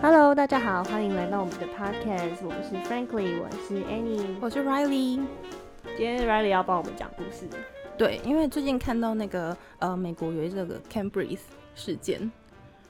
Hello，大家好，欢迎来到我们的 Podcast，我们是 Frankly，我是 Annie。我是 Riley。今天 Riley 要帮我们讲故事，对，因为最近看到那个呃，美国有这个 Cambridge 事件，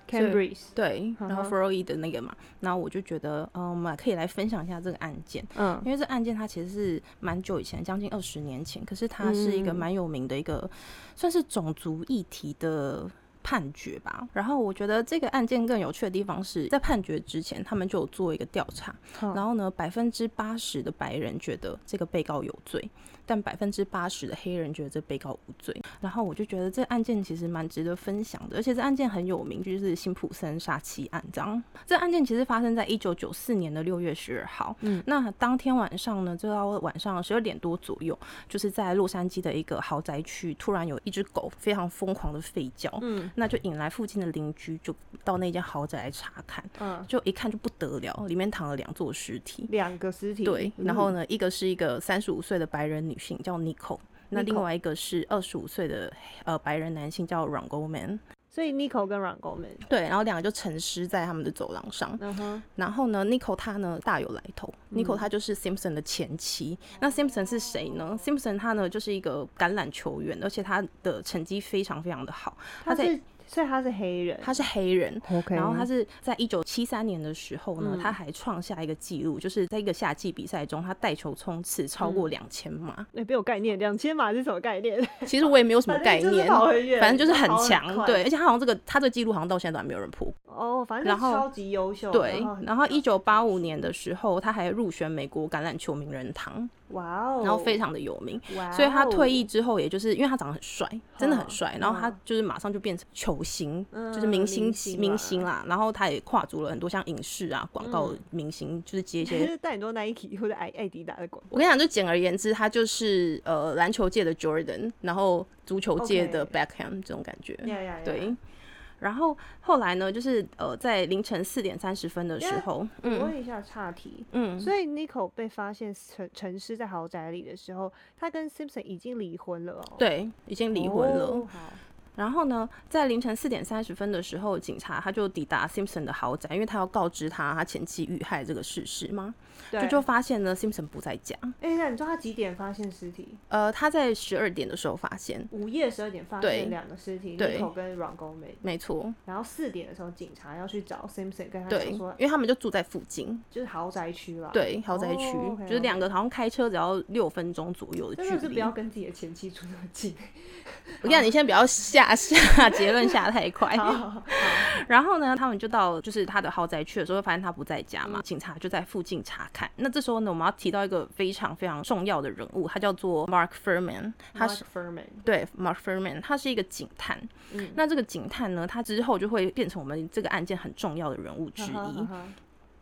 Cambridge，对，嗯哼然后 Freud 的那个嘛，然后我就觉得，嗯、我们可以来分享一下这个案件，嗯因为这案件它其实是蛮久以前，将近二十年前，可是它是一个嗯蛮有名的一个、算是种族议题的。判决吧，然后我觉得这个案件更有趣的地方是在判决之前，他们就有做一个调查，好然后呢，百分之八十的白人觉得这个被告有罪，但百分之八十的黑人觉得这被告无罪。然后我就觉得这案件其实蛮值得分享的，而且这案件很有名，就是辛普森杀妻案这样。这案件其实发生在一九九四年的六月十二号。嗯那当天晚上呢，就到晚上十二点多左右，就是在洛杉矶的一个豪宅区，突然有一只狗非常疯狂的吠叫，嗯那就引来附近的邻居，就到那间豪宅来查看。嗯，就一看就不得了，里面躺了两座尸体。两个尸体，嗯对，然后呢，呢，一个是一个三十五岁的白人女性叫 Nico，那 Nico 另外一个是二十五岁的呃白人男性叫 Rangoman。所以 Nico 跟软狗们，对，然后两个就沉尸在他们的走廊上。嗯哼，然后呢，Nico 他呢大有来头、n i c o 他就是 Simpson 的前妻。那 Simpson 是谁呢？Simpson 他呢就是一个橄榄球员，而且他的成绩非常非常的好。他他在是，所以他是黑人他是黑人， ，OK，然后他是在一九七三年的时候呢，嗯他还创下一个纪录，就是在一个夏季比赛中，他带球冲刺超嗯过两千码。没有概念，两千码是什么概念？其实我也没有什么概反正就是念，跑很远反正就是很跑强，快对。而且他好像这个他这个纪录好像到现在都还没有人破过。哦，反正然就后超级优秀，对，然后很一九八五年的时候，他还入选美国橄榄球名人堂，哇哦，然后非常的有名。哇哦，所以他退役之后，也就是因为他长得很帅，真的很帅嗯，然后他就是马上就变成球星，嗯就是明明星星啊啦明星啦。然后他也跨足了很多像影视啊、广告嗯明星，就是 接一些就是带很多 Nike 或者艾艾迪达的广告，我跟你讲，就简而言之，他就是呃篮球界的 Jordan，然后足球界的 OK Beckham 这种感觉。呀呀呀对。然后后来呢，就是呃在凌晨四点三十分的时候，我嗯问一下岔题，嗯，所以 Nico 被发现沉沉尸在豪宅里的时候，他跟 Simpson 已经离婚了哦。对，已经哦，离婚了。好然后呢，在凌晨四点三十分的时候，警察他就抵达 Simpson 的豪宅，因为他要告知他他前妻遇害这个事实嘛，就对，就发现呢 Simpson 不在家，哎，那你知道他几点发现尸体？呃，他在十二点的时候发现，午夜十二点发对现两个尸体对，Nico 跟阮公梅。没错，然后四点的时候，警察要去找 Simpson，跟他对，讲因说，为他们就住在附近，就是豪宅区啦。，对，豪宅区、哦，OK，就是两个好像开车只要六分钟左右的真距的是不离。要我跟自己的前妻住那么 近。跟你讲，你现在不要下下结论下太快。好好好 然后呢，他们就到就是他的豪宅去的时候，发现他不在家嗯嘛，警察就在附近查看。那这时候呢，我们要提到一个非常非常重要的人物，他叫做 Mark Furman，他 Mark 是。 Furman，对，Mark Furman，他是一个警探。嗯那这个警探呢，他之后就会变成我们这个案件很重要的人物之一。哈哈哈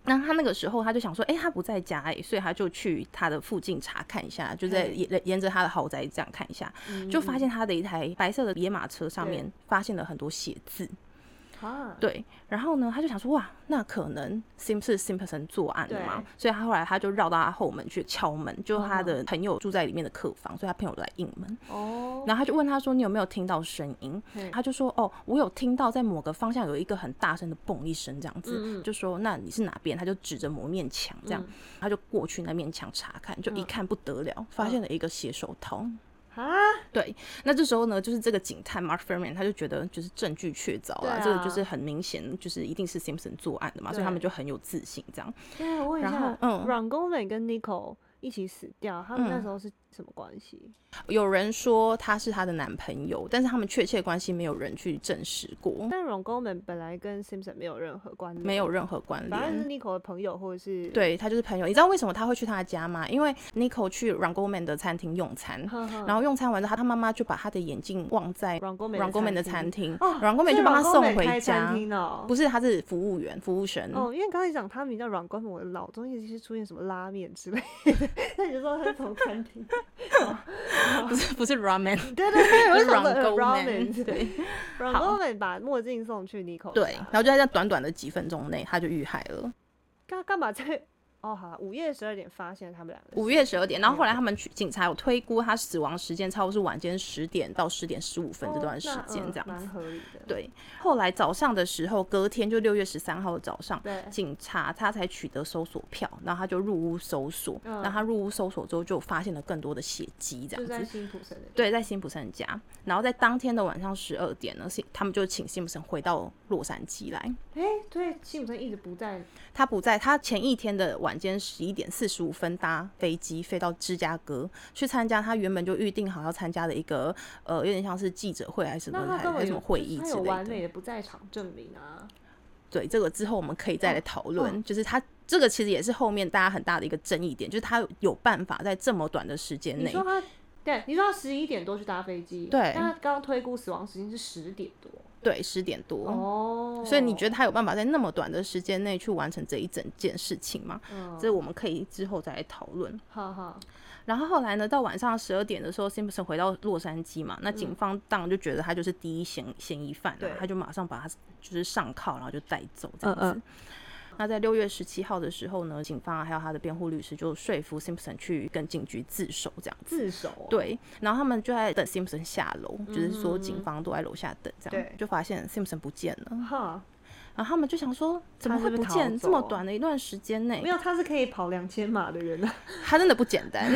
那他那个时候他就想说，哎、他不在家、诶，所以他就去他的附近查看一下，就在嗯沿沿着他的豪宅这样看一下，就发现他的一台白色的野马车上面发现了很多血渍。哈啊，对，然后呢，他就想说，哇，那可能 Sim 是 Simpson 作案的嘛对，所以他后来他就绕到他后门去敲门，就嗯他的朋友住在里面的客房，所以他朋友来应门，哦，然后他就问他说，你有没有听到声音？嘿他就说：“哦，我有听到在某个方向有一个很大声的嘣一声，这样子，嗯嗯就说那你是哪边？”他就指着某面墙，这样、嗯他就过去那面墙查看，就一嗯看不得了，发现了一个血手套。啊，对，那这时候呢，就是这个警探 Mark Furman，他就觉得就是证据确凿对啊，啊这个就是很明显，就是一定是 Simpson 作案的嘛，所以他对们就很有自信这样。对啊，我问一然下后，嗯阮公美跟 Nico 一起死掉，他们那嗯时候是什么关系？有人说他是她的男朋友，但是他们确切关系没有人去证实过，但阮公美本来跟 Simpson 没有任何关联，没有，任何关反正联是。Nico 的朋友或者是，对他就是朋友。你知道为什么他会去他的家吗？因为 Nico 去 Rangoman 的餐厅用 餐，呵呵，然后用餐完之后，他妈妈就把他的眼镜忘在阮公美 Rangoman 的餐餐厅，厅哦，Rangoman 就帮是阮他送公美回开餐家。厅哦。不是，他是服务员、服务生。哦，因为刚才讲他名叫阮公美，我的脑中一直是出现什么拉面之类的， 那你就知道他是从餐 厅。不是不是 ramen，对对对，我是就想 说呃 ramen，对阮公美把墨镜送去 Nico 对家，然后就在这短短的几分钟内，他就遇害了。干干嘛在哦，好啦，午夜十二点发现他们两个，五月十二点，然后后来他们去警察有推估他死亡时间差不多是晚间十点到十点十五分这段时间这样哦嗯蛮、子。合理的。对，后来早上的时候，隔天就六月十三号的早上，对警察他才取得搜索票，然后他就入屋搜索，那、他入屋搜索之后就发现了更多的血迹这嗯就样在子。辛普森那边。对，在辛普森家，然后在当天的晚上十二点呢，辛他们就请辛普森回到洛杉矶来。哎、对，辛普森一直不在，他不在，他前一天的晚间十一点四十五分搭飞机飞到芝加哥去参加他原本就预定好要参加的一个呃，有点像是记者会还是什那么，他还根还是本什有么会就是议他之有类完的。美的不在场证明啊。对，这个之后我们可以再来讨论。哦就是他这个其实也是后面大家很大的一个争议点，就是他有办法在这么短的时间你内说他，对，你说他十一点多去搭飞机，对但他刚刚推估死亡时间是十点多。对十点多。哦，所以你觉得他有办法在那么短的时间内去完成这一整件事情吗？嗯这我们可以之后再来讨论。哈哈，然后后来呢，到晚上十二点的时候，Simpson 回到洛杉矶嘛，那警方当然就觉得他就是第一嫌嫌疑犯、啊嗯对，他就马上把他就是上铐，然后就带走这样子。嗯嗯那在六月十七号的时候呢，警方啊还有他的辩护律师就说服 Simpson 去跟警局自首这样子。自首哦、对，然后他们就在等 Simpson 下楼，就是说警方都在楼下等，这样嗯对就发现 Simpson 不见了。哈，然后他们就想说，怎么他会是不不是逃见？这走么啊短的一段时间内没，有，他是可以跑两千码的人啊，他真的不简单。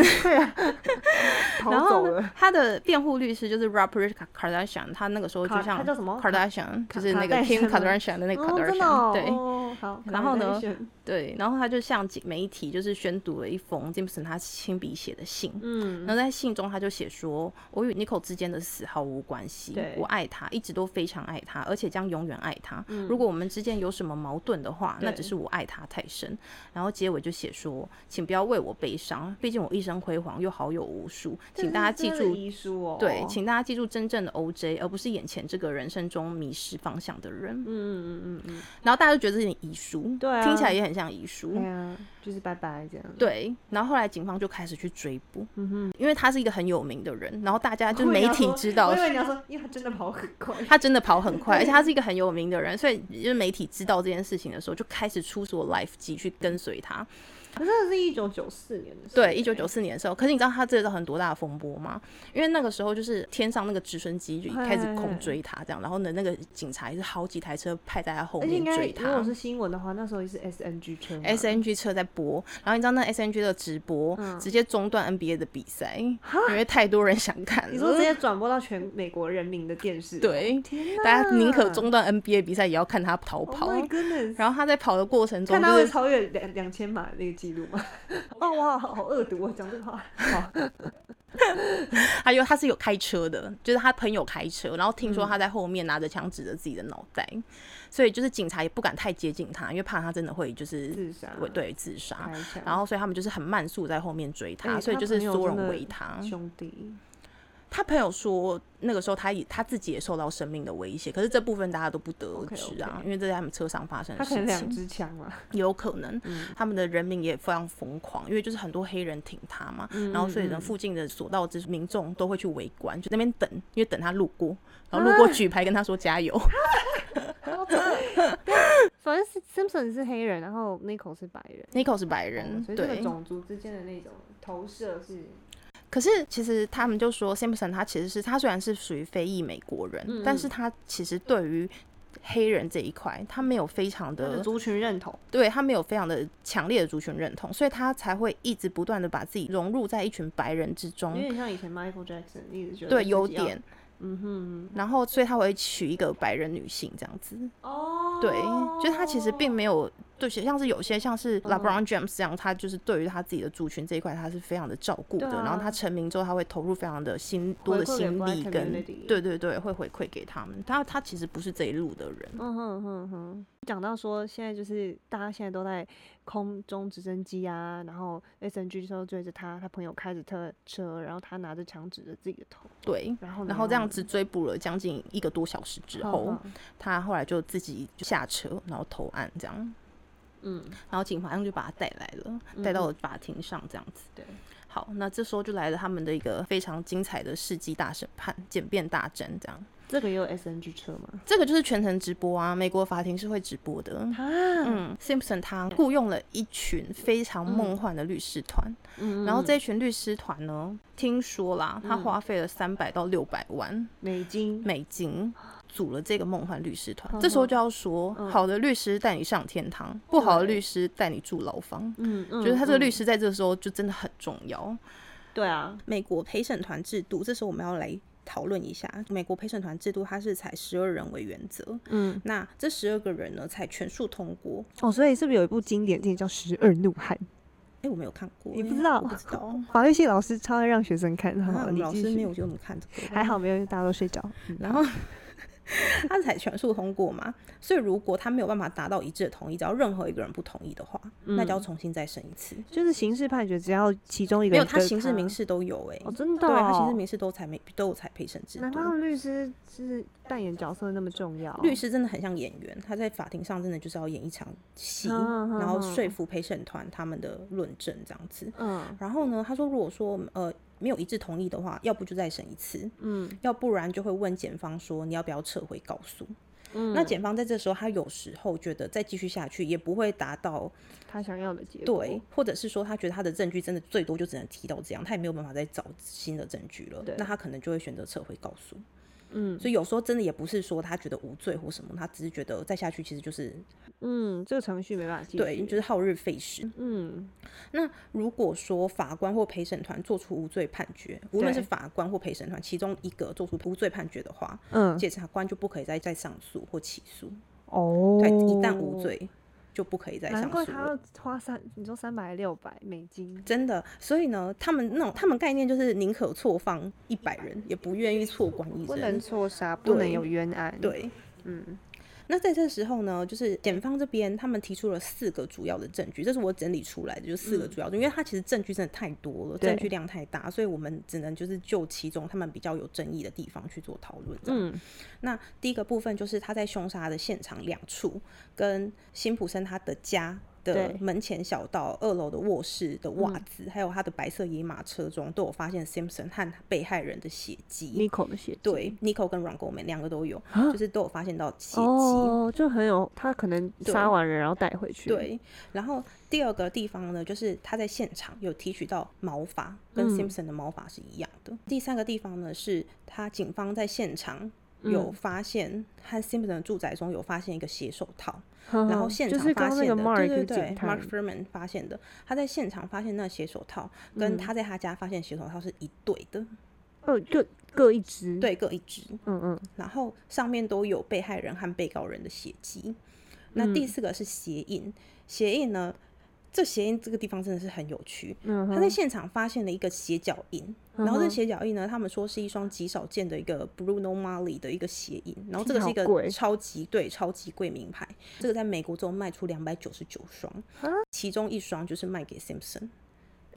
跑 然走后了呢，他的辩护律师就是 Robert Kardashian，他那个时候就卡像他叫什么 Kardashian，就是那个卡戴 Kim 珊吗 Kardashian 的那个哦，真的、 Kardashian，哦，对哦、好， 然后呢 Kardashian 对。然后他就向警媒体就是宣读了一封 Simpson 他亲笔写的信。嗯，然后在信中，他就写说：“我与 Nicole 之间的死毫无关系对，我爱他，一直都非常爱他，而且将永远爱他。如果我们之间有什么矛盾的话，那嗯对只是我爱他太深。”然后结尾就写说：“请不要为我悲伤，毕竟我一生辉煌又好友无数，请大家记这是真住的遗书哦，对，请大家记住真正的 OJ，而不是眼前这个人生中迷失方向的人。嗯嗯嗯嗯然后大家就觉得这是遗书，对啊听起来也很像遗书。嗯，对啊，就是拜拜这样，对，然后后来警方就开始去追捕，嗯哼，因为他是一个很有名的人，然后大家就是我以为媒你要体说知 道我以为你要说，因为他真的跑很快，他真的跑很快，而且他是一个很有名的人，所以就是媒体知道这件事情的时候，就开始出所 life 机去跟随他。可是 那是一九九四年的事，欸对，一九九四年的时候，可是你知道他这造成多大的风波吗？因为那个时候就是天上那个直升机就开始哎空追他，这样，然后呢，那个警察也是好几台车派在他后而且应面该追如果他。是新闻的话，那时候也是 SNG 圈嘛 SNG 车在播，然后你知道那 SNG 的直播、嗯直接中断 NBA 的比赛，因为太多人想看你说直了。接转播到全美国人民的电视，哦对，天哪，大家宁可中断 NBA 比赛，也要看他逃 Oh 跑。 my goodness！然后他在跑的过程中，看就他会是超越两两千码那个记录吗？ 哦，哇，好恶毒啊！讲这个话，好，他有他是有开车的，就是他朋友开车，然后听嗯说他在后面拿着枪指着自己的脑袋，所以就是警察也不敢太接近他，因为怕他真的会就是自杀，会对自杀。开枪，然后，所以他们就是很慢速在后面追他，哎所以他就是朋友所有人真的围他。兄弟，他朋友说，那个时候他也他自己也受到生命的威胁，可是这部分大家都不得而知啊 OK，OK 因为这是他们车上发生的他事可能两情，支枪 嘛，嗯有可能、 他们的人民也非常疯狂，因为就是很多黑人挺他嘛，嗯然后所以呢，附近的所到之处民众都会去围观，就在那边等，因为等他路过，然啊后路过举牌跟他说 加油。反正是 Simpson 是黑人，然后 Nicole 是白人， Nico 是白人哦，所以这个对。种族之间的那种投射是，可是其实他们就说，Simpson 他其实是他虽然是属于非裔美国人，嗯嗯但是他其实对于黑人这一块，他没有非常他的的族群认同，对他们有非常的强烈的族群认同，所以他才会一直不断的把自己融入在一群白人之有中。点像以前 Michael Jackson 一直觉得对，自己有要，点，嗯哼，然后所以他会娶一个白人女性这样子。哦，对，就是他其实并没有对，像是有些像是嗯 LeBron James 这样，他就是对于他自己的族群这一块，他是非常的照顾的。对啊然后他成名之后，他会投入非常的心多的回馈给心 Black 力跟 community 对对对，会回馈给他们。他他其实不是这一路的人，嗯哼哼哼，讲到说现在就是大家现在都在空中直升机啊，然后 S N G 就追着他，他朋友开着他车，然后他拿着枪指着自己的头，对。然后呢然后这样子追捕了将近一个多小时之哼后，嗯哼他后来就自己就下车，然后投案这样，嗯，然后警方就把他带来了，带到法庭上这样子。对，好，那这时候就来了他们的一个非常精彩的世纪大审判、简便大战这样。这个也有 S N G 车吗？这个就是全程直播啊，美国法庭是会直播的。啊，嗯，Simpson 他雇佣了一群非常梦幻的律师团，嗯然后这群律师团呢，听说啦，他嗯花费了三百到六百万美金，美金。组了这个梦幻律师团，嗯这时候就要说，嗯好的律师带你上天堂，不好的对律师带你住牢房。嗯嗯，觉得他这个律嗯，师在这个时候就真的很重要。对啊，美国陪审团制度，这时候我们要来讨论一下。美国陪审团制度，它是采十二人为原则，嗯，那这十二个人呢，才全数通过。哦，所以是不是有一部经典电影叫《十二怒汉》？哎、我没有看过，你不诶知道我不知 道。法律系老师超爱让学生看，然啊 后你老继师没续有，给我们看这个， 还。好没有，大家都睡着。嗯然后 他才全数通过嘛，所以如果他没有办法达到一致的同意，只要任何一个人不同意的话，那就要嗯重新再审一次。就是刑事判决，只要其中一个没有，人他跟刑事、民事都有哎、哦，真的、对哦，他刑事、民事都才没都有才陪审制难度怪。律师是扮演角色那么重要。律师真的很像演员，他在法庭上真的就是要演一场戏，嗯嗯然后嗯说服陪审团他们的论证这样子。嗯然后呢，他说如果说呃没有一致同意的话，要不就再审一次，嗯要不然就会问检方说你要不要撤回告诉。嗯，那检方在这时候，他有时候觉得再继续下去也不会达到他想要的结果，对，或者是说他觉得他的证据真的最多就只能提到这样，他也没有办法再找新的证据了对，那他可能就会选择撤回告诉。嗯所以有时候真的也不是说他觉得无罪或什么，他只是觉得再下去其实就是嗯，这个程序没办法继续。对，就是耗日费时。嗯那如果说法官或陪审团做出无罪判决，无论是对法官或陪审团其中一个做出无罪判决的话，嗯检察官就不可以再再上诉或起诉。哦对，一旦无，罪就不可以再难上怪诉他了。要花三，你说三百六百美金，真的，所以呢，他们那种他们概念就是宁可错放一百人，也不愿意错关一不能人。错杀，不能对有冤案。，对，嗯那在这时候呢，就是检方这边他们提出了四个主要的证据，这是我整理出来的，就四个主要证据，因为它其实证据真的太多了，嗯对证据量太大，所以我们只能就是就其中他们比较有争议的地方去做讨论。嗯，嗯那第一个部分就是他在凶杀的现场两处，跟辛普森他的家。的对嗯门前小道、二楼的卧室的袜子，还有他的白色野马车中，都有发现 Simpson 和被害人的血迹。 ，Nico 的血迹对，Nico 跟 r o n g o m a n 两个都有，啊就是都有发现到血迹。哦，就很有他可能杀对完人然后带回去。，对，然后第二个地方呢，就是他在现场有提取到毛发，跟嗯 Simpson 的毛发是一样的。第三个地方呢，是他警方在现场有嗯发现和 Simpson 的住宅中有发现一个血手套，呵然呵后现哦就场是发刚刚现那的，个 Mark 对对警对探，Mark Furman 发现的，他在现场发现那血手套嗯跟他在他家发现血手套是一对的，哦，各各一只，，对，各一只。嗯嗯，然后上面都有被害人和被告人的血迹。那第嗯四个是鞋印，鞋印呢，这鞋印这个地方真的是很有趣。嗯他哼在现场发现了一个鞋脚印，然后嗯这哼鞋脚印呢，他们说是一双极少见的一个 Bruno Mars 的一个鞋印，然后这个是一好贵个超级对超级贵名牌，这个在美国只有卖出两百九十九双啊，其中一双就是卖给 Simpson。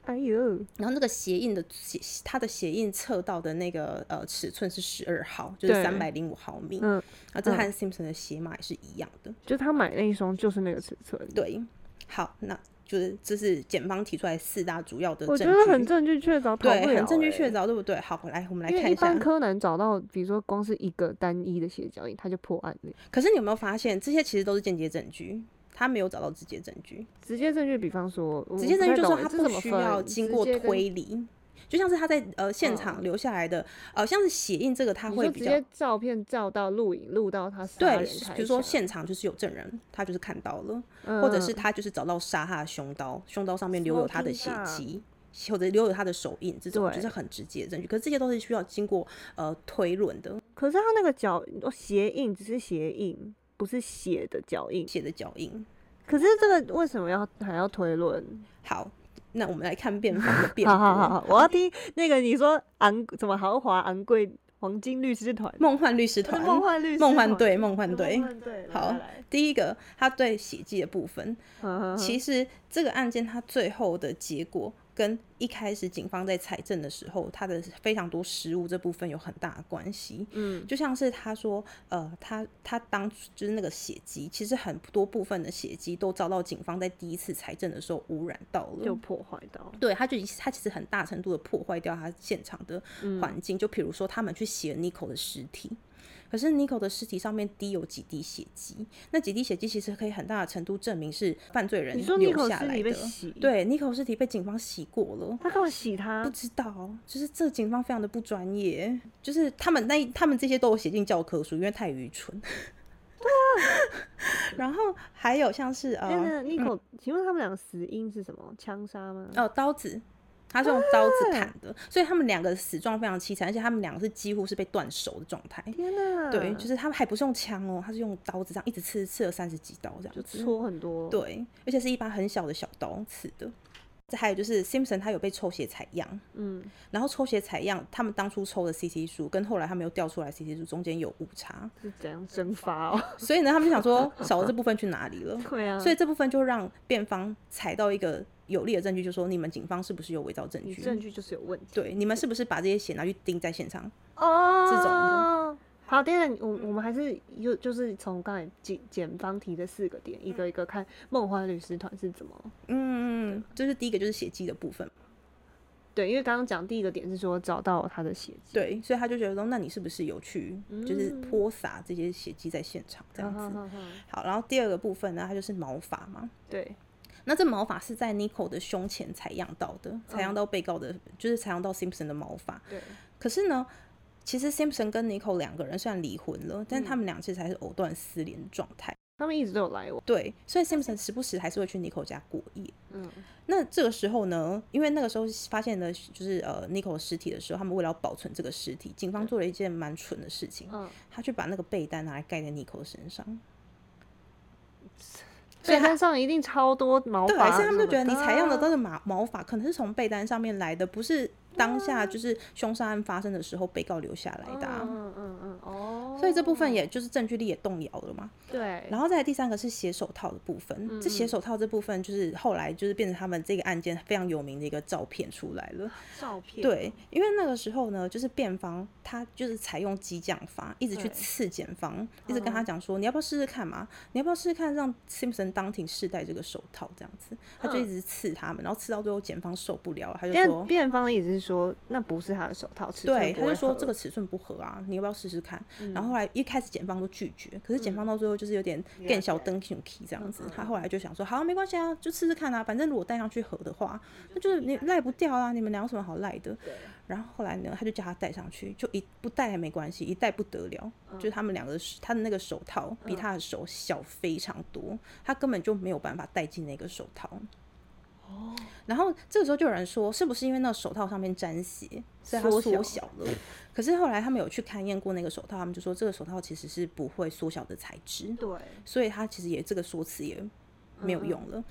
哎呦，然后那个鞋印的鞋，它的鞋印测到的那个呃尺寸是十二号，就是对三百零五毫米。嗯，啊，这嗯和 Simpson 的鞋码也是一样的。就他买那一双就是那个尺寸，对，好，那就是这是检方提出来四大主要的我证觉据，得很证据确凿，逃不对，了很证据欸确凿，对不对？好，来我们来因看为一一下般。柯南找到，比如说光是一个单一的血脚印，他就破案了。可是你有没有发现，这些其实都是间接证据？他没有找到直接证据，直接证据，比方说，我直接不证太据就懂说欸他这怎不么需分要经过，直接跟推理，就像是他在呃现场嗯留下来的，呃像是血印这个他你会说比直较接照片照到录影录到他杀对人，才比如说下现场就是有证人，他就是看到了，或者是嗯哦他就是找到杀他的凶刀，凶刀上面留超有他的惊血讶迹，或者留有他的手印，这种就对是很直接的证据。可是这些都是需要经过呃推论的，可是他那个脚哦鞋印只是鞋印，不是血的脚印。血的脚印。可是这个为什么要还要推论？好，那我们来看辩方的 辩好好好驳。好，我要听那个你说昂怎么豪华昂贵黄金律师 团，梦幻律师不是团，梦幻律师梦幻团队，梦幻梦队。幻队，来好来来第一个，他对血迹的部分，呵呵呵其实这个案件它最后的结果跟一开始警方在采证的时候，他的非常多失误这部分有很大的关系。嗯就像是他说，呃，他他当初就是那个血迹，其实很多部分的血迹都遭到警方在第一次采证的时候污染到就了。破坏到，对，他就已他其实很大嗯程度的破坏掉他现场的环境，就比如说他们去洗了 Nico 的尸体，可是 Nico 的尸体上面滴有几滴血迹，那几滴血迹其实可以很大的程度证明是犯罪人你说留 Nico 嗯下尸来体被的。洗，，对，Nico 尸体被警方洗过了。他干嘛洗不他？知道，就是这警方非常的不专业，就是他们那一他们这些都有写进教科书，因为太愚蠢。啊 然后还有像是哎，那呃 Nico，请问他们两个死因是什么？枪杀吗？哦刀子，他是用刀子砍的，所以他们两个死状非常凄惨，而且他们两个是几乎是被断手的状态。天哪！对，就是他们还不是用枪哦，他是用刀子这样一直刺，刺了三十几刀这样就子。戳很多。，对，而且是一把很小的小刀刺的。这还有就是 Simpson 他有被抽血采样，嗯，然后抽血采样，他们当初抽的 CC 数跟后来他们又调出来 CC 数中间有误差，是怎样蒸发哦？ 所以呢，他们就想说少了这部分去哪里了？对啊， 所以这部分就让辩方采到一个有力的证据，就说你们警方是不是有伪造证你据？证据就是有问题。对，你们是不是把这些血拿去钉在现场？哦，这种的。好，等等，我我们还是就就是从刚才检检方提的四个点，一个一个看梦幻律师团是怎么。嗯，嗯嗯，这是第一个，就是血迹的部分。对，因为刚刚讲第一个点是说找到他的血迹，对，所以他就觉得说，那你是不是有去就是嗯泼洒这些血迹在现场这样哈子？哈哈哈好，然后第二个部分呢，它就是毛发嘛。对，那这毛发是在 Nico 的胸前采样到的，采样到被告的，就是采样到 Simpson 的毛发。对，可是呢，其实 Simpson 跟 Nico 两个人虽然离婚了，但他们俩其实还是藕断丝连状态。他们一直都有来往。对，所以 Simpson 时不时还是会去 Nico 家过夜。嗯，那这个时候呢，因为那个时候发现的就是呃 Nico 的尸体的时候，他们为了要保存这个尸体，警方做了一件蛮蠢的事情，嗯他去把那个被单拿来盖在 Nico 的身上。所被以他单上一定超多毛对，发什么的啊，啊所以他们就觉得你采样的都是毛毛发，可能是从被单上面来的，不是当下就是凶杀案发生的时候被告留下来的、啊。嗯嗯嗯嗯哦，所以这部分也就是证据力也动摇了嘛。对，嗯然后再来第三个是血手套的部分，这血手套这部分就是后来就是变成他们这个案件非常有名的一个照片出来了。照片对，因为那个时候呢，就是辩方他就是采用激将法，一直去对嗯刺检方，一直跟他讲说，你要不要试试看嘛？你要不要试试看让 Simpson 当庭试戴这个手套这样子？他嗯就一直刺他们，然后刺到最后检方受不了，他就但说。辩方的意思是说，那不是他的手套，尺寸对，不他就会嗯说合这个尺寸不合啊，你要不要试试看？然后后来一开始检方都拒绝，可是检嗯方到最后就是有点了更小解灯 k y 这嗯样子，他后来就想说，好，没关系啊，就试试看啊，反正如果戴上去合的话，那就是你赖不掉啊，你们俩有什么好赖的？对然后后来呢，他就叫他戴上去，就一不戴还没关系，一戴不得了，嗯就是他们两个手他的那个手套比他的手小非常多，他根本就没有办法戴进那个手套。哦，然后这个时候就有人说，是不是因为那个手套上面沾血，所以它缩缩小小了？可是后来他们有去勘验过那个手套，他们就说这个手套其实是不会缩小的材质，对，所以它其实也这个说辞也没有用了。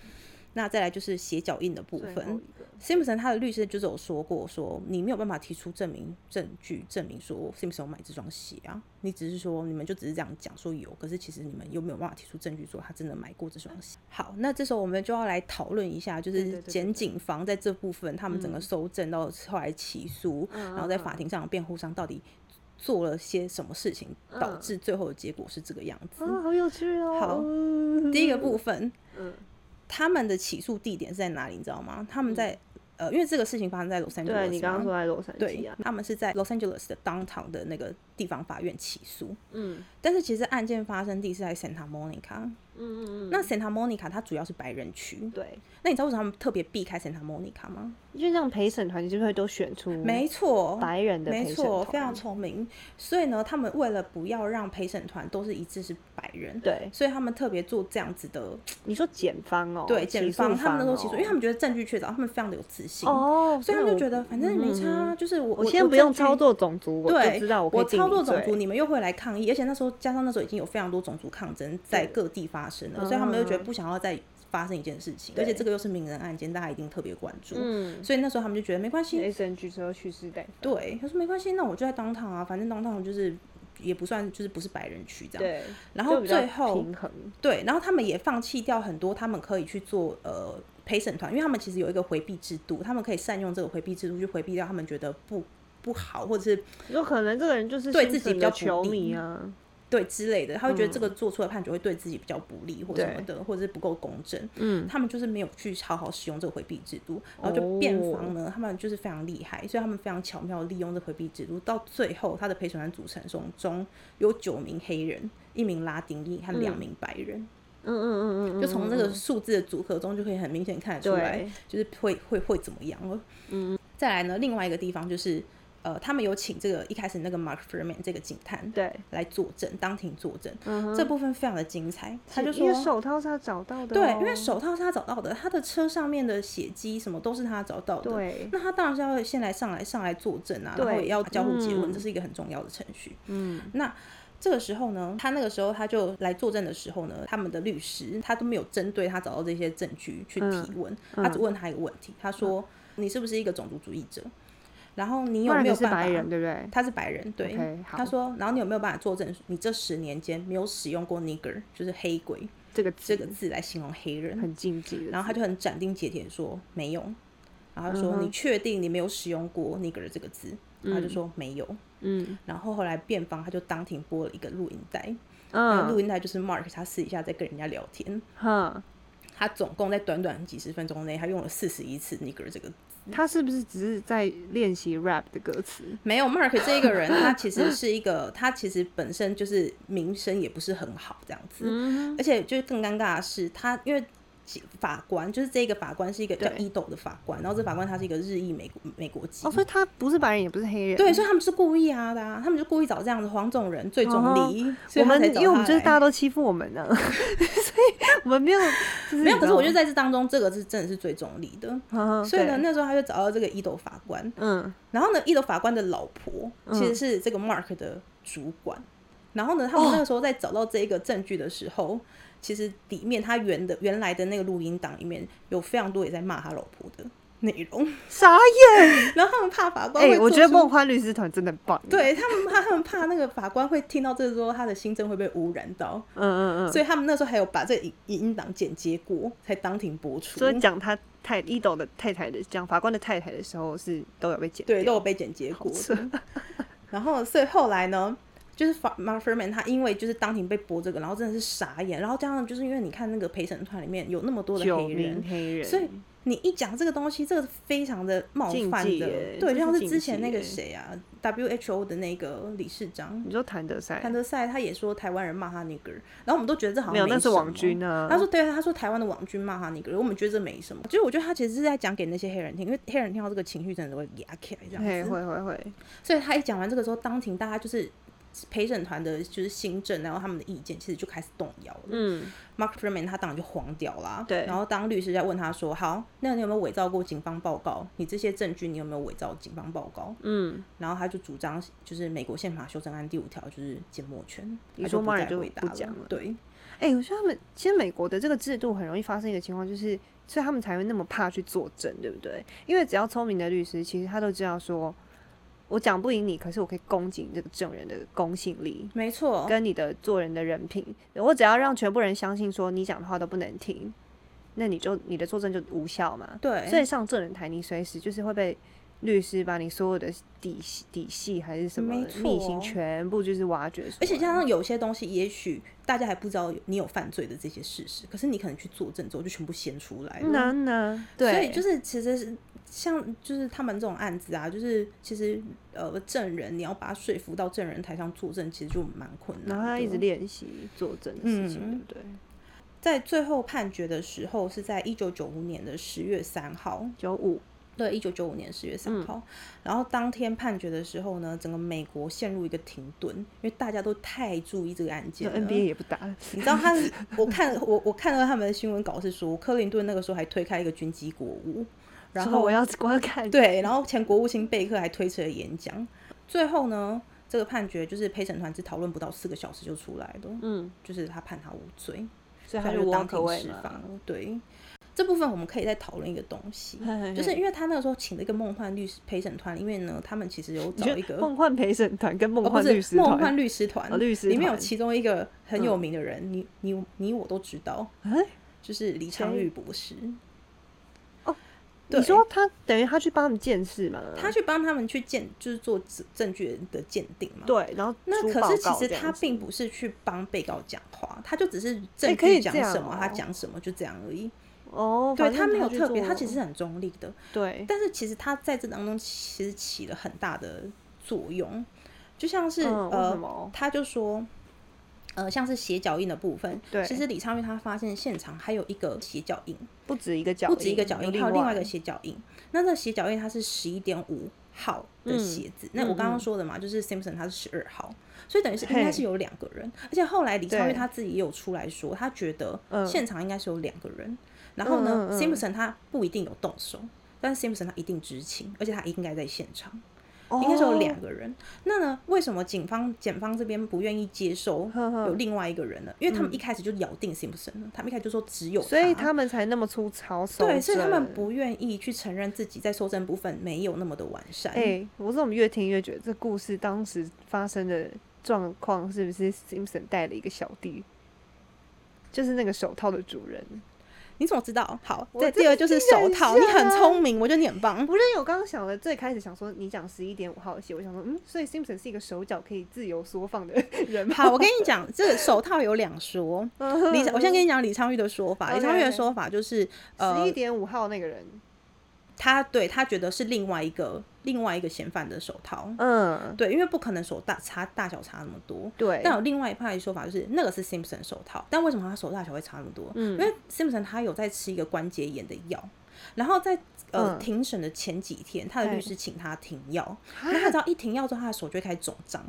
那再来就是鞋脚印的部嗯最分后，一个 Simpson 他的律师就是有说过说你没有办法提出证明证据证明说 Simpson 有买这双鞋啊，你只是说你们就只是这样讲说有，可是其实你们又没有办法提出证据说他真的买过这双鞋。好，那这时候我们就要来讨论一下，就对对是对对检警方在这部分他们整个搜证到后来起诉，嗯然后在法庭上辩护上到底做了些什么事情，导嗯致最后的结果是这个样子。啊，好有趣哦。好嗯第一个部分，嗯，他们的起诉地点是在哪里，你知道吗？他们在、呃，因为这个事情发生在洛杉矶，对你刚刚说在洛杉对矶啊，，他们是在 Los Angeles 的 downtown 的那个地方法院起诉，嗯但是其实案件发生地是在 Santa Monica。嗯嗯嗯，那 Santa Monica 它主要是白人区，对，那你知道为什么他们特别避开 Santa Monica 吗？因为像陪审团就会都选出没错，嗯白人的陪没审错，团非常聪明。所以呢，他们为了不要让陪审团都是一致是白人，对。所以他们特别做这样子的，你说检方哦，对检方他们那时都候起诉，因为他们觉得证据确凿，他们非常的有自信，哦，所以他们就我嗯觉得反正没差啊，就是我我先不用证据操作种族，我对，就知道我可以定操你作种罪族，你们又会来抗议，而且那时候加上那时候已经有非常多种族抗争在对嗯各地发生了，所以他们就觉得不想要再发生一件事情，而且对这个又是名人案件，大家一定特别关注，嗯所以那时候他们就觉得没关系， ，S N G 之后蓄势待发，对，他说没关系，那我就在当堂啊，反正当堂就是也不算就是不是白人区这样，对，然就后比较最后平衡，对，然后他们也放弃掉很多他们可以去做呃陪审团，因为他们其实有一个回避制度，他们可以善用这个回避制度去回避掉他们觉得不不好或者是有可能这个人就是对新自己城比的较不球利迷啊，对之类的，他会觉得这个做出来的判决会对自己比较不利或什么的，或者是不够公正。嗯，他们就是没有去好好使用这个回避制度，然后就辩方呢，他们就是非常厉害，所以他们非常巧妙地利用这回避制度，到最后他的陪审团组成中中有九名黑人、一名拉丁裔和两名白人，嗯嗯嗯嗯，就从这个数字的组合中就可以很明显看得出来，对，就是会会会怎么样了。嗯，再来呢，另外一个地方就是。呃，他们有请这个一开始那个 Mark Furman 这个警探对，来作证，当庭作证，嗯哼，这部分非常的精彩。他就因说为，手套是他找到的哦、对，因为手套是他找到的，他的车上面的血迹什么都是他找到的。对，那他当然是要先来上来上来作证啊，然后对也要交互结论，嗯这是一个很重要的程序。嗯，那这个时候呢，他那个时候他就来作证的时候呢，他们的律师他都没有针对他找到这些证据去提问，嗯他只问他一个问题，他说：“你是不是一个种族主义者？然后你不有然哦你没有是办法？”白人对不对？他是白人，对。 OK，好他说，然后你有没有办法作证你这十年间没有使用过 nigger，就是黑鬼这个这字个字来形容黑人？很禁忌的，然后他就很斩钉截铁地说没有，然后他嗯说、你确定你没有使用过 nigger 这个字？然后他就说没有。嗯然后后来辩方他就当庭播了一个录音带，那个嗯录音嗯带就是 Mark 他私底下在跟人家聊天，哼，他总共在短短几十分钟内，他用了四十一次 nigger 这个他是不是只是在练习 rap 的歌词？没有 Mark 这一个人，他其实是一个，他其实本身就是名声也不是很好这样子，嗯而且就是更尴尬的是，他因为其法官就是这个法官是一个叫对伊斗的法官，然后这法官他是一个日裔美国美国籍。哦，所以他不是白人，也不是黑人。对，，所以他们是故意啊的、啊，他们就故意找这样的黄种人最中立，哦我所以他们才因找为我他们就是来大家都欺负我们呢、 所以我们没有就是没有，可是我觉得得，在这当中，这个是真的是最中立的。嗯所以呢，对那时候他就找到这个伊斗法官，嗯然后呢，伊斗法官的老婆其实是这个 Mark 的主管。然后呢，他们那个时候在找到这个证据的时候，其实里面他原的原来的那个录音档里面有非常多也在骂他老婆的内容。 傻眼。然后他们怕法官哎、会做出，我觉得梦幻律师团真的很棒。，对他们怕他们怕那个法官会听到这之后，他的新政会被污染到，嗯嗯嗯。所以他们那时候还有把这影影音档剪接过，才当庭播出。所以讲他太伊斗的太太的讲法官的太太的时候是都有被剪对，都掉，有被剪接过好。扯。然后，所以后来呢，就是法 Mark Furman 他因为就是当庭被播这个，然后真的是傻眼，然后加上就是因为你看那个陪审团里面有那么多的九黑人名，黑人，所以你一讲这个东西，这个非常的冒禁犯忌的耶，对，这就像是是之禁前忌那个耶谁啊，WHO 的那个理事长。你说谭德赛谭德赛他也说台湾人骂他 nigger，然后我们都觉得这好像没有，哦那是什网么军呢、他说对啊，他说台湾的网军骂他那个人，我们觉得这没什么。就是我觉得他其实是在讲给那些黑人听，因为黑人听到这个情绪真的都会压起来这嘿，样子。会会会，所以他一讲完这个之后，当庭大家就是陪审团的就是新政，然后他们的意见其实就开始动摇了。嗯， Mark Freeman 他当然就慌掉啦。对然后当律师在问他说：“好，那你有没有伪造过警方报告？你这些证据你有没有伪造警方报告？”嗯，然后他就主张就是美国宪法修正案第五条就是缄默权，你他说就不 Mark 再就回答不讲了对，哎、我觉得他们其实美国的这个制度很容易发生一个情况，就是所以他们才会那么怕去作证，对不对？因为只要聪明的律师，其实他都知道说，我讲不赢你，可是我可以攻击你这个证人的公信力。没错。跟你的做人的人品，我只要让全部人相信说你讲的话都不能听，那你就你的作证就无效嘛。对，所以上证人台，你随时就是会被律师把你所有的底细底细还是什么没逆行错全部就是挖掘出来，而且加上有些东西，也许大家还不知道有你有犯罪的这些事实，可是你可能去作证之后就全部显出来了。难呢，嗯啊对，嗯所以就是其实是像就是他们这种案子啊，就是其实呃证人你要把他说服到证人台上作证，其实就蛮困难的。然后他一直练习作证的事情，嗯对不对？在最后判决的时候是在一九九五年的十月三号，九五，对，一九九五年十月嗯三号、然后当天判决的时候呢，整个美国陷入一个停顿，因为大家都太注意这个案件那了。 NBA 也不打了，你知道他，我看我我看到他们的新闻稿是说，克林顿那个时候还推开一个军机国务，然说后我要我要看，对，然后前国务卿贝克还推迟了演讲。最后呢，这个判决就是陪审团只讨论不到四个小时就出来了，嗯，就是他判他无罪，所以他他就当 walk 庭 away 释放嘛，了。对，这部分我们可以再讨论一个东西。就就是因为他那个时候请了一个梦幻律师陪审团，因为呢，他们其实有你找觉一得个哦梦幻陪审团跟梦哦，不幻是律师梦团，幻律师团、哦律师里面有团嗯其中一个很有名的人，你你你我都知道，哎就是李昌谁钰博士。哦，对你说他等于他去帮他们见识嘛？他去帮他们去鉴，就是做证证据的鉴定嘛。对，然后那出可报是其告实这样他子并不是去帮被告讲话，他就只是证诶可以据讲这样什么、哦他讲什么就这样而已。哦，对反正他没有去特别，做他其实是很中立的。对但是其实他在这当中其实起了很大的作用，就像是、嗯为什呃么，他就说。呃，像是鞋脚印的部分，对其实李昌钰他发现现场还有一个鞋脚印，不止一个脚印，不止一个脚印，还有有另外一个鞋脚印。那这鞋脚印它是十一点五号的嗯鞋子，那我刚刚说的嘛，就是 Simpson 他是十二号，所以等于是应该嘿是有两个人。而且后来李超越对他自己也有出来说，他觉得嗯现场应该是有两个人。然后呢、嗯嗯嗯 s i m p s o n 他不一定有动手，但是 Simpson 他一定知情，而且他应该在现场。哦应该是有两个个人。那呢，为什么警方检方这边不愿意接受呵呵嗯有另外一个人呢？因为他们一开始就咬定 Simpson 了，他们一开始就说只有所以他们才那么粗糙手对，所以他们指不愿意去承认自己在搜证部分没有那么的完善。哎、我怎么越听越觉得这故事当时发生的状况是不是 Simpson 带了一个小弟，就是那个手套的主人？你怎么知道？好，我再真第二的就是听得手很套，你很像啊聪明，我觉得你很棒。不是，我刚刚想了，最开始想说你讲十一点五号的鞋，我想说，嗯，所以 Simpson 是一个手脚可以自由缩放的 人吗？好，我跟你讲，这个手套有两说。李，我先跟你讲李昌钰的说法。李昌钰嗯的 OK，OK 说法就是，十呃一，点五号那个人，他对他觉得是另外一个另外一个嫌犯的手套。嗯，对，因为不可能手大差大小差那么多。对，但有另外一派的说法就是，那个是 Simpson 手套，但为什么他手大小会差那么多？嗯因为 Simpson 他有在吃一个关节炎的药，然后在呃、嗯庭审的前几天，他的律嘿师请他停药，那他只要一停药之后，他的手就会开始肿胀。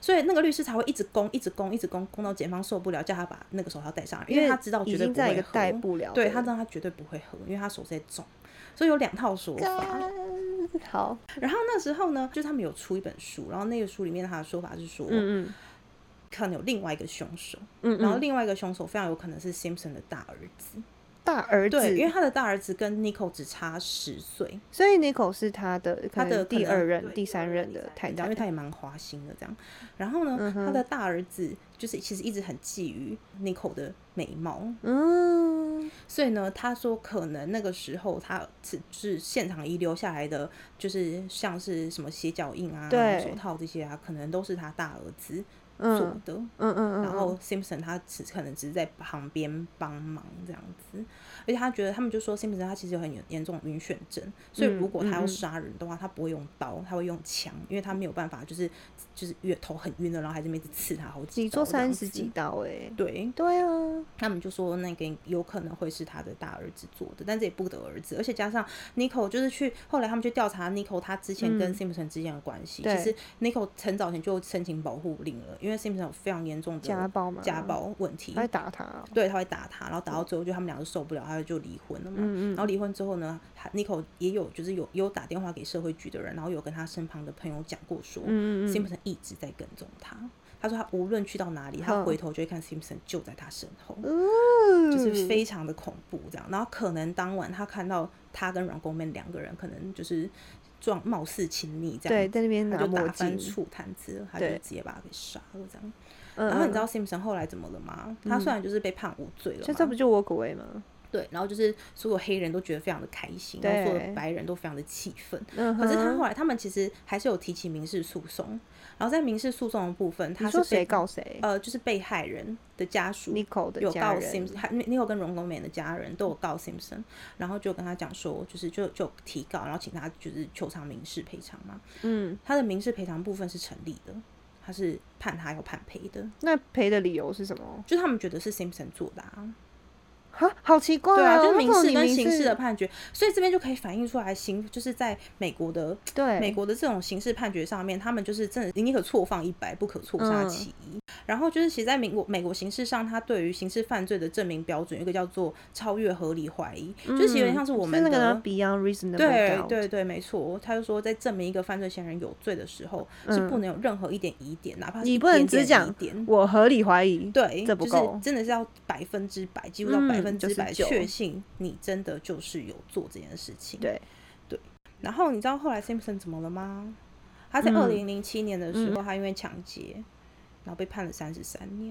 所以那个律师才会一直攻，一直攻，一直攻，攻到检方受不了，叫他把那个手套戴上来，因为他知道已绝对经不在一会个带喝，不了的，对他知道他绝对不会喝，因为他手在肿，所以有两套说法。啊干好，然后那时候呢，就是他们有出一本书，然后那个书里面他的说法是说，嗯可能有另外一个凶手，嗯嗯然后嗯，另外一个凶手非常有可能是 Simpson 的大儿子，大儿子，对，因为他的大儿子跟 Nico 只差十岁，所以 Nico 是他的可他的能可能第二任对、第三任的太因太嗯为，他也蛮花心的这样。然后呢，他的大儿子就是其实一直很觊觎 Nico 的美貌，嗯，所以呢，他说可能那个时候他只是现场遗留下来的，就是像是什么鞋脚印啊、对手套这些啊，可能都是他大儿子做嗯的。嗯嗯，然后 Simpson 他只可能只是在旁边帮忙这样子，而且他觉得他们就说 Simpson 他其实有很严严重的晕眩症，所以嗯如果他要嗯嗯杀人的话，他不会用刀，他会用枪，因为他没有办法就是就是晕头很晕的，然后还这边一直刺他好几刀。你做三十几？刀哎、对，对啊，他们就说那个有可能会是他的大儿子做的，但这也不得而知。而且加上 Nico 就是去后来他们去调查 Nico 他之前跟 Simpson 之间的关系，嗯对其实 Nico 很早前就申请保护令了，因为 Simpson 有非常严重的家暴嘛，家，暴问题他，会打他哦、对，他会打他，然后打嗯到最后就他们俩就受不了，他就离婚了嘛。然后离婚之后呢他，Nico 也有就是有也有打电话给社会局的人，然后有跟他身旁的朋友讲过说、嗯 s i m p s o n 一直在跟踪他。他说他无论去到哪里，他哼回头就会看 Simpson 就在他身后，嗯，就是非常的恐怖这样。然后可能当晚他看到他跟阮公妹两个人可能就是状貌似亲密这对，样，在那边他拿就打墨翻镜，醋坛子了，他就对直接把他给杀了这样。嗯然后你嗯知。道 Simpson 后来怎么了吗？他虽然就是被判无罪了就这嘛，不就我口味吗？对，然后就是所有黑人都觉得非常的开心，然后所有对白人都非常的气愤。嗯可是他哼后来他们其实还是有提起民事诉讼，然后在民事诉讼的部分，他你是说被谁告谁呃，就是被害人的家属？Nico 的有家告人 Simpson，还你有跟荣公美的家人都有告 Simpson，然后就跟他讲说，就是就就提告，然后请他就是求偿民事赔偿嘛。嗯，他的民事赔偿部分是成立的，他是判他要判赔的，那赔的理由是什么？就是他们觉得是 Simpson 做的啊。哈，好奇怪对啊，哦就是为民什么事你跟民刑事事的判决，所以这边就可以反映出来刑，就是在美国的对美国的这种刑事判决上面，他们就是真的宁可错放一百，不可错杀嗯其一。然后就是，其实在美国美国刑事上，它对于刑事犯罪的证明标准有一个叫做超越合理怀疑，就是有点像是我们嗯那个的。 呢 Beyond Reasonable 对 Doubt 对对，没错，他就说，在证明一个犯罪嫌疑人有罪的时候，是不能有任何一点疑点，哪怕嗯是你一不能点只点讲疑点，我合理怀疑，对，这不就是够真的是要百分之百，几乎到嗯百分之百99确信你真的就是有做这件事情。对，然后你知道后来 Simpson 怎么了吗？他在嗯二零零七年的时候，他因为抢劫，然后被判了三十三年，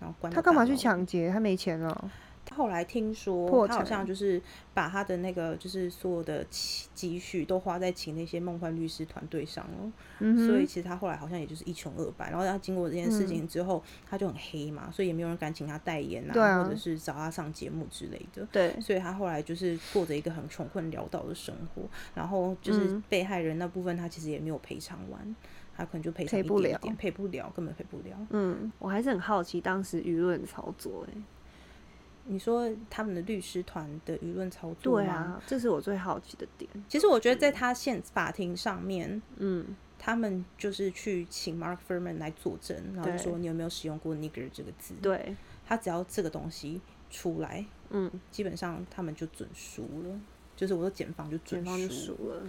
然后关到他干嘛大牢去里？抢劫？他没钱了。后来听说破他好产像就是把他的那个就是所有的积积蓄都花在请那些梦幻律师团队上了，嗯哼，嗯所以其实他后来好像也就是一穷二白。然后他经过这件事情之后，他就很黑嘛，所以也没有人敢请他代言对啊或者是找他上节目之类的。对，所以他后来就是过着一个很穷困潦倒的生活，然后就是嗯被害人那部分他其实也没有赔偿完，他可能就赔偿赔一不点了点，赔不了，根本赔不了。嗯，我还是很好奇当时舆论操作、欸，你说他们的律师团的舆论操作吗对，啊，嗯这是我最好奇的点，其实我觉得在他现法庭上面，嗯，他们就是去请 Mark Furman 来作证，然后就对说你有没有使用过 nigger 这个字？对，他只要这个东西出来，嗯，基本上他们就准输了。就是我说检方就准检方就输输了，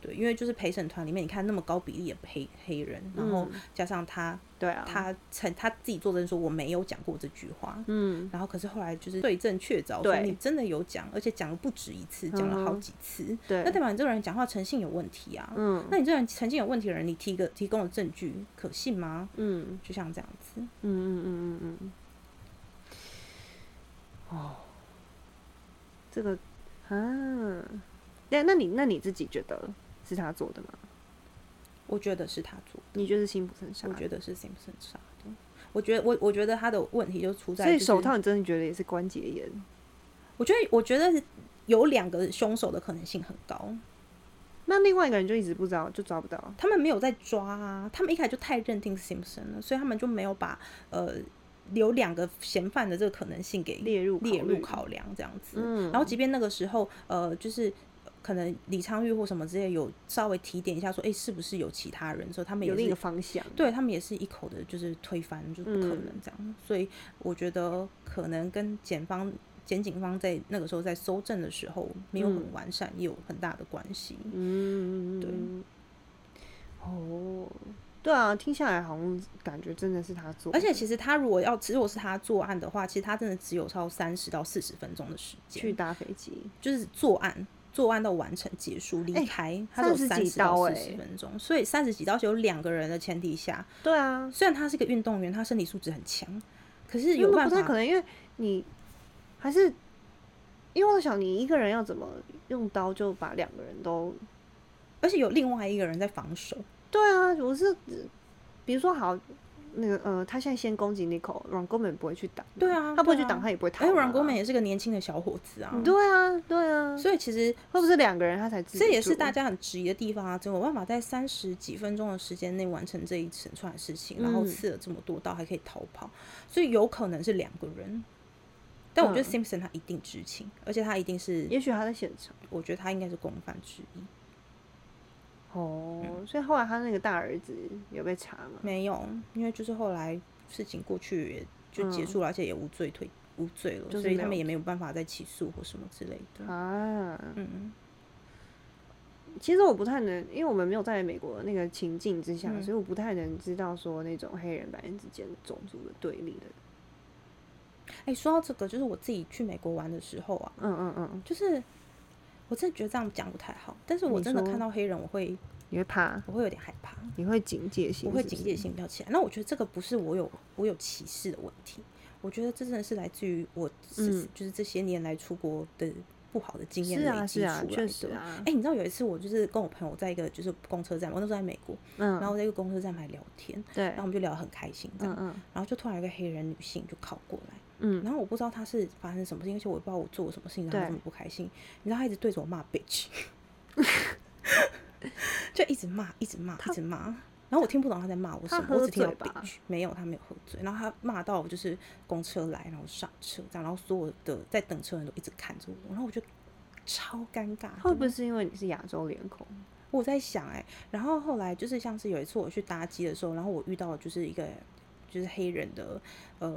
对，因为就是陪审团里面，你看那么高比例的黑黑人，然嗯后加上他，对啊，他承他自己作证说我没有讲过这句话，嗯，然后可是后来就是对证确凿，说对你真的有讲，而且讲了不止一次，讲了好嗯哼几次，那对，代表你这个人讲话诚信有问题啊。嗯那你这个人诚信有问题的人，你提个提供的证据可信吗？嗯就像这样子，嗯嗯嗯嗯嗯，哦，这个啊，对，那你那你自己觉得是他做的吗？我觉得是他做的，你觉得是辛普森杀我的？觉得是 Simpson 杀的。我觉得我我觉得他的问题就出在、所就以是，手套你真的觉得也是关节炎？我觉得我觉得有两个凶手的可能性很高，那另外一个人就一直不知道，就抓不到。他们没有在抓啊，他们一开始就太认定 Simpson 了，所以他们就没有把呃有两个嫌犯的这个可能性给列入列入虑，考量这样子。嗯然后即便那个时候，呃，就是呃可能李昌钰或什么之类有稍微提点一下说，诶，是不是有其他人？所以他们有也另一个是。方向。对他们也是一口的，就是推翻，就是不可能嗯这样。所以我觉得可能跟检方、检警方在那个时候在搜证的时候没有很嗯完善，也有很大的关系。嗯，对哦，对啊，听下来好像感觉真的是他做的，而且其实他如果要，如果是他作案的话，其实他真的只有超三十到四十分钟的时去间，搭飞机，就是作案。作案到完成结束离哎开，他只有30三几十到刀四哎十分钟，所以三十几刀是有两个人的前提下，对啊，虽然他是个运动员，他身体素质很强，可是因有为办不法太可能，因为你还是因为我想你一个人要怎么用刀就把两个人都，而且有另外一个人在防守，对啊，我是比如说好。那个呃，他现在先攻击 Nico，阮公美不会去挡，对啊他不会对去啊挡，他也不会逃而嘛。且阮国美也是个年轻的小伙子啊，对啊，对啊，所以其实会不会是两个人他才自己这也是大家家很质疑的地方啊，怎么有办法在三十几分钟的时间内完成这一整串事情，然后嗯刺了这么多刀还可以逃跑，所以有可能是两个人。但我觉得嗯 Simpson 他一定知情，而且他一定是，也许他在现场。我觉得他应该是共犯之一。哦，所以后来他那个大儿子有被查吗？没有，因为就是后来事情过去也就结束了，而且也无罪推无罪了，就是所以他没有们也嗯没有办法再起诉或什么之类的。啊，嗯，其实我不太能，因为我们没有在美国那个情境之下，嗯所以我不太能知道说那种黑人白人之间的种族的对立的。哎、说到这个，就是我自己去美国玩的时候啊，嗯嗯嗯，就是我真的觉得这样讲不太好，但是我你真的说看到黑人，我会你会怕，我会有点害怕，你会警戒心我会是不警是戒。心比较起来。那我觉得这个不是我有我有歧视的问题，我觉得这真的是来自于我是、嗯就是这些年来出国的不好的经验是啊累积是出啊来，确的。实啊哎、，你知道有一次我就是跟我朋友在一个就是公车站，我那时候在美国，嗯，然后在一个公车站牌聊天，对，然后我们就聊得很开心这嗯样，嗯然后就突然有一个黑人女性就靠过来，嗯，然后我不知道她是发生什么事情，而且我也不知道我做了什么事情让她对这么不开心，你知道她一直对着我骂 bitch，就一直骂，一直骂，一直骂。然后我听不懂她在骂我什她么，我喝只听到醉吧 bitch，没有，她没有喝醉。然后她骂到我就是公车来，然后上车这样，然后所有的在等车的人都一直看着我，然后我就超尴尬的。会不会是因为你是亚洲脸孔？我在想哎、然后后来就是像是有一次我去搭机的时候，然后我遇到就是一个就是黑人的呃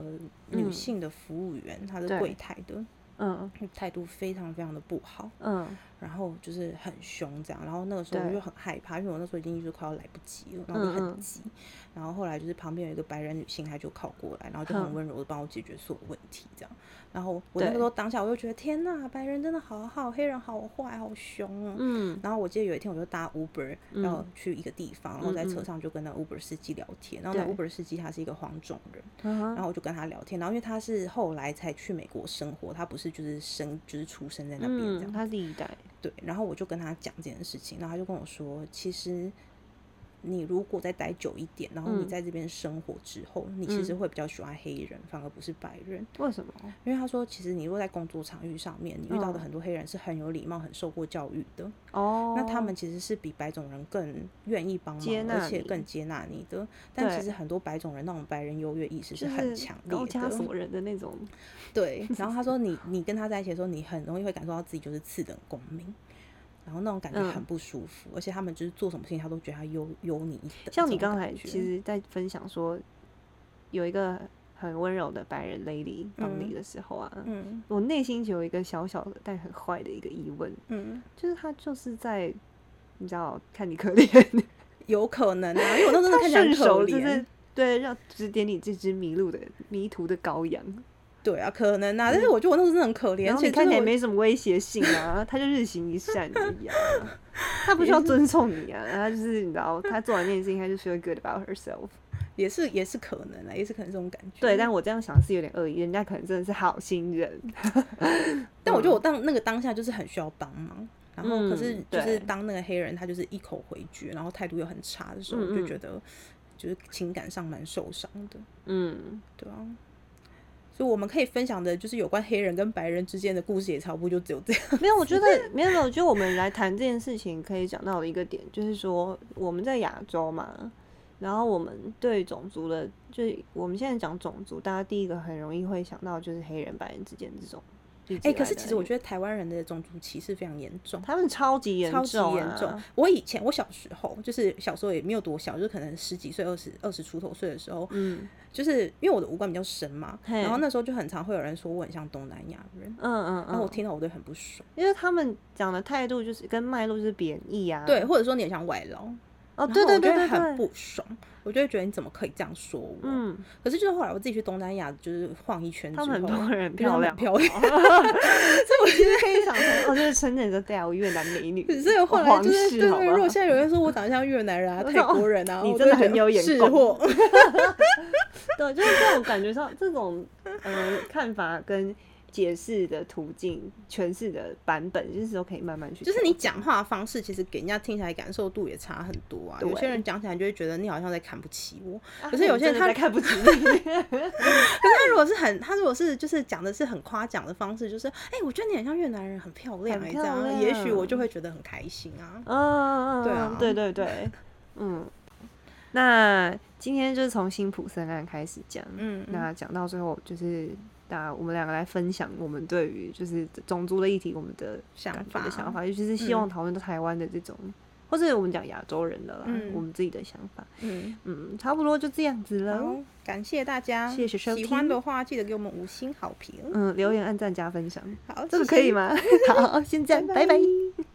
女嗯性的服务员，她是对柜台的，嗯态度非常非常的不好，嗯然后就是很凶这样，然后那个时候我对就很害怕，因为我那时候已经就是快要来不及了，然后我就嗯很嗯急，然后后来就是旁边有一个白人女性，她就靠过来，然后就很嗯温柔的帮我解决所有问题这样，然后我那个对时候当下我就觉得天呐，白人真的好好，黑人好坏，好凶哦、嗯然后我记得有一天我就搭 Uber 嗯要去一个地方，然后在车上就跟那 Uber 司机聊天，然后那对 Uber 司机他是一个黄种人，嗯然哼后我就跟他聊天，然后因为他是后来才去美国生活，他不是就是生就是出生在那边这嗯，样，他第一代，对，然后我就跟他讲这件事情，然后他就跟我说，其实。你如果再待久一点，然后你嗯在这边生活之后，你其实嗯会比较喜欢黑人，反而不是白人。为什么？因为他说，其实你如果在工作场域上面，你遇到的嗯很多黑人是很有礼貌、很受过教育的，哦，那他们其实是比白种人更愿意帮接忙，纳而且你更接纳你的。但对其实很多白种人那种白人优越意识就是很强烈高加的，索人的那种，对。然后他 说你你跟他在一起的时候，你很容易会感受到自己就是次等公民，然后那种感觉嗯很不舒服，而且他们就是做什么事情他都觉得他优优你一等。像这你种刚感才觉其实在分享说，有一个很温柔的白人 lady 帮你嗯的时候啊，嗯我内心有一个小小的但很坏的一个疑问，嗯，就是他就是在你知道看你可怜， 有可能啊，因为我那时候真的他看起来很顺可手就是怜，对让指点你这只迷路的迷途的羔羊，对啊，可能啊，但是我觉得我那时候真的很可怜，嗯然而后且你看起真的来我没什么威胁性啊，他就日行一善而已啊， 他不需要尊重你啊，他就是你知道他做完那件事情，他就 feel good about herself。也是也是可能啊，也是可能这种感觉。对，但我这样想是有点恶意，人家可能真的是好心人。但我觉得我当那个当下就是很需要帮忙，然后可是嗯就是对当那个黑人他就是一口回绝，然后态度又很差的时嗯候，我就嗯觉得就是情感上蛮受伤的，嗯，对啊。所以我们可以分享的就是有关黑人跟白人之间的故事，也差不多就只有这样。没有，我 觉得没有没有，我觉得我们来谈这件事情可以讲到的一个点，就是说我们在亚洲嘛，然后我们对种族的，就是我们现在讲种族，大家第一个很容易会想到就是黑人白人之间这种。哎、可是其实我觉得台湾人的种族歧视非常严重得。他们超级严超级重、啊，严重。我以前我小时候，就是小时候也没有多小，就是可能十几岁、二十二十出头岁的时候，嗯就是因为我的五官比较深嘛，嘿然后那时候就很常会有人说我很像东南亚人，嗯嗯然后哦我嗯，听到我都很不爽。因为他们讲的态度就是跟脉络就是贬义啊。对，，或者说你很像外劳，哦，然对后对我就对会对很对，不爽，我就会觉得你怎么可以这样说我？嗯，可是就是后来我自己去东南亚，就是晃一圈之他后，们很多人很觉得他漂们亮，哦漂亮，其实可以想成，哦，就是成人的带有越南美女， 哦 所以后来皇就是对室好对，如吗果？现在有人说我长得像越南 人啊、我泰说国人啊，你我真就的会觉很得有眼是哦光 货，对，就是这种感觉上，这种呃看法跟解释的途径、诠释的版本，就是都可以慢慢去调就整。是你讲话的方式，其实给人家听起来感受度也差很多啊。有对些人讲起来就会觉得你好像在看不起我， 啊，可是有些人真他的在看 不起你，可是他如果是很，他如果是就是讲的是很夸奖的方式，就是哎、我觉得你很像越南人，很漂亮、很哎，这样漂啊，也许我亮就会觉得很开心啊。嗯，嗯对啊嗯对对对，嗯。那今天就是从辛普森案开始讲，嗯，嗯那讲到最后就是。那我们两个来分享我们对于就是种族的议题，我们的想感觉法的想法，尤其是希望嗯讨论到台湾的这种，或者我们讲亚洲人的啦，嗯我们自己的想法，嗯。嗯，差不多就这样子了好。，感谢大家，谢谢收喜欢听的话，记得给我们五星好评。嗯嗯，留言、按赞、加分享，好，这个谢可以 谢？吗？好，先这样，拜拜拜拜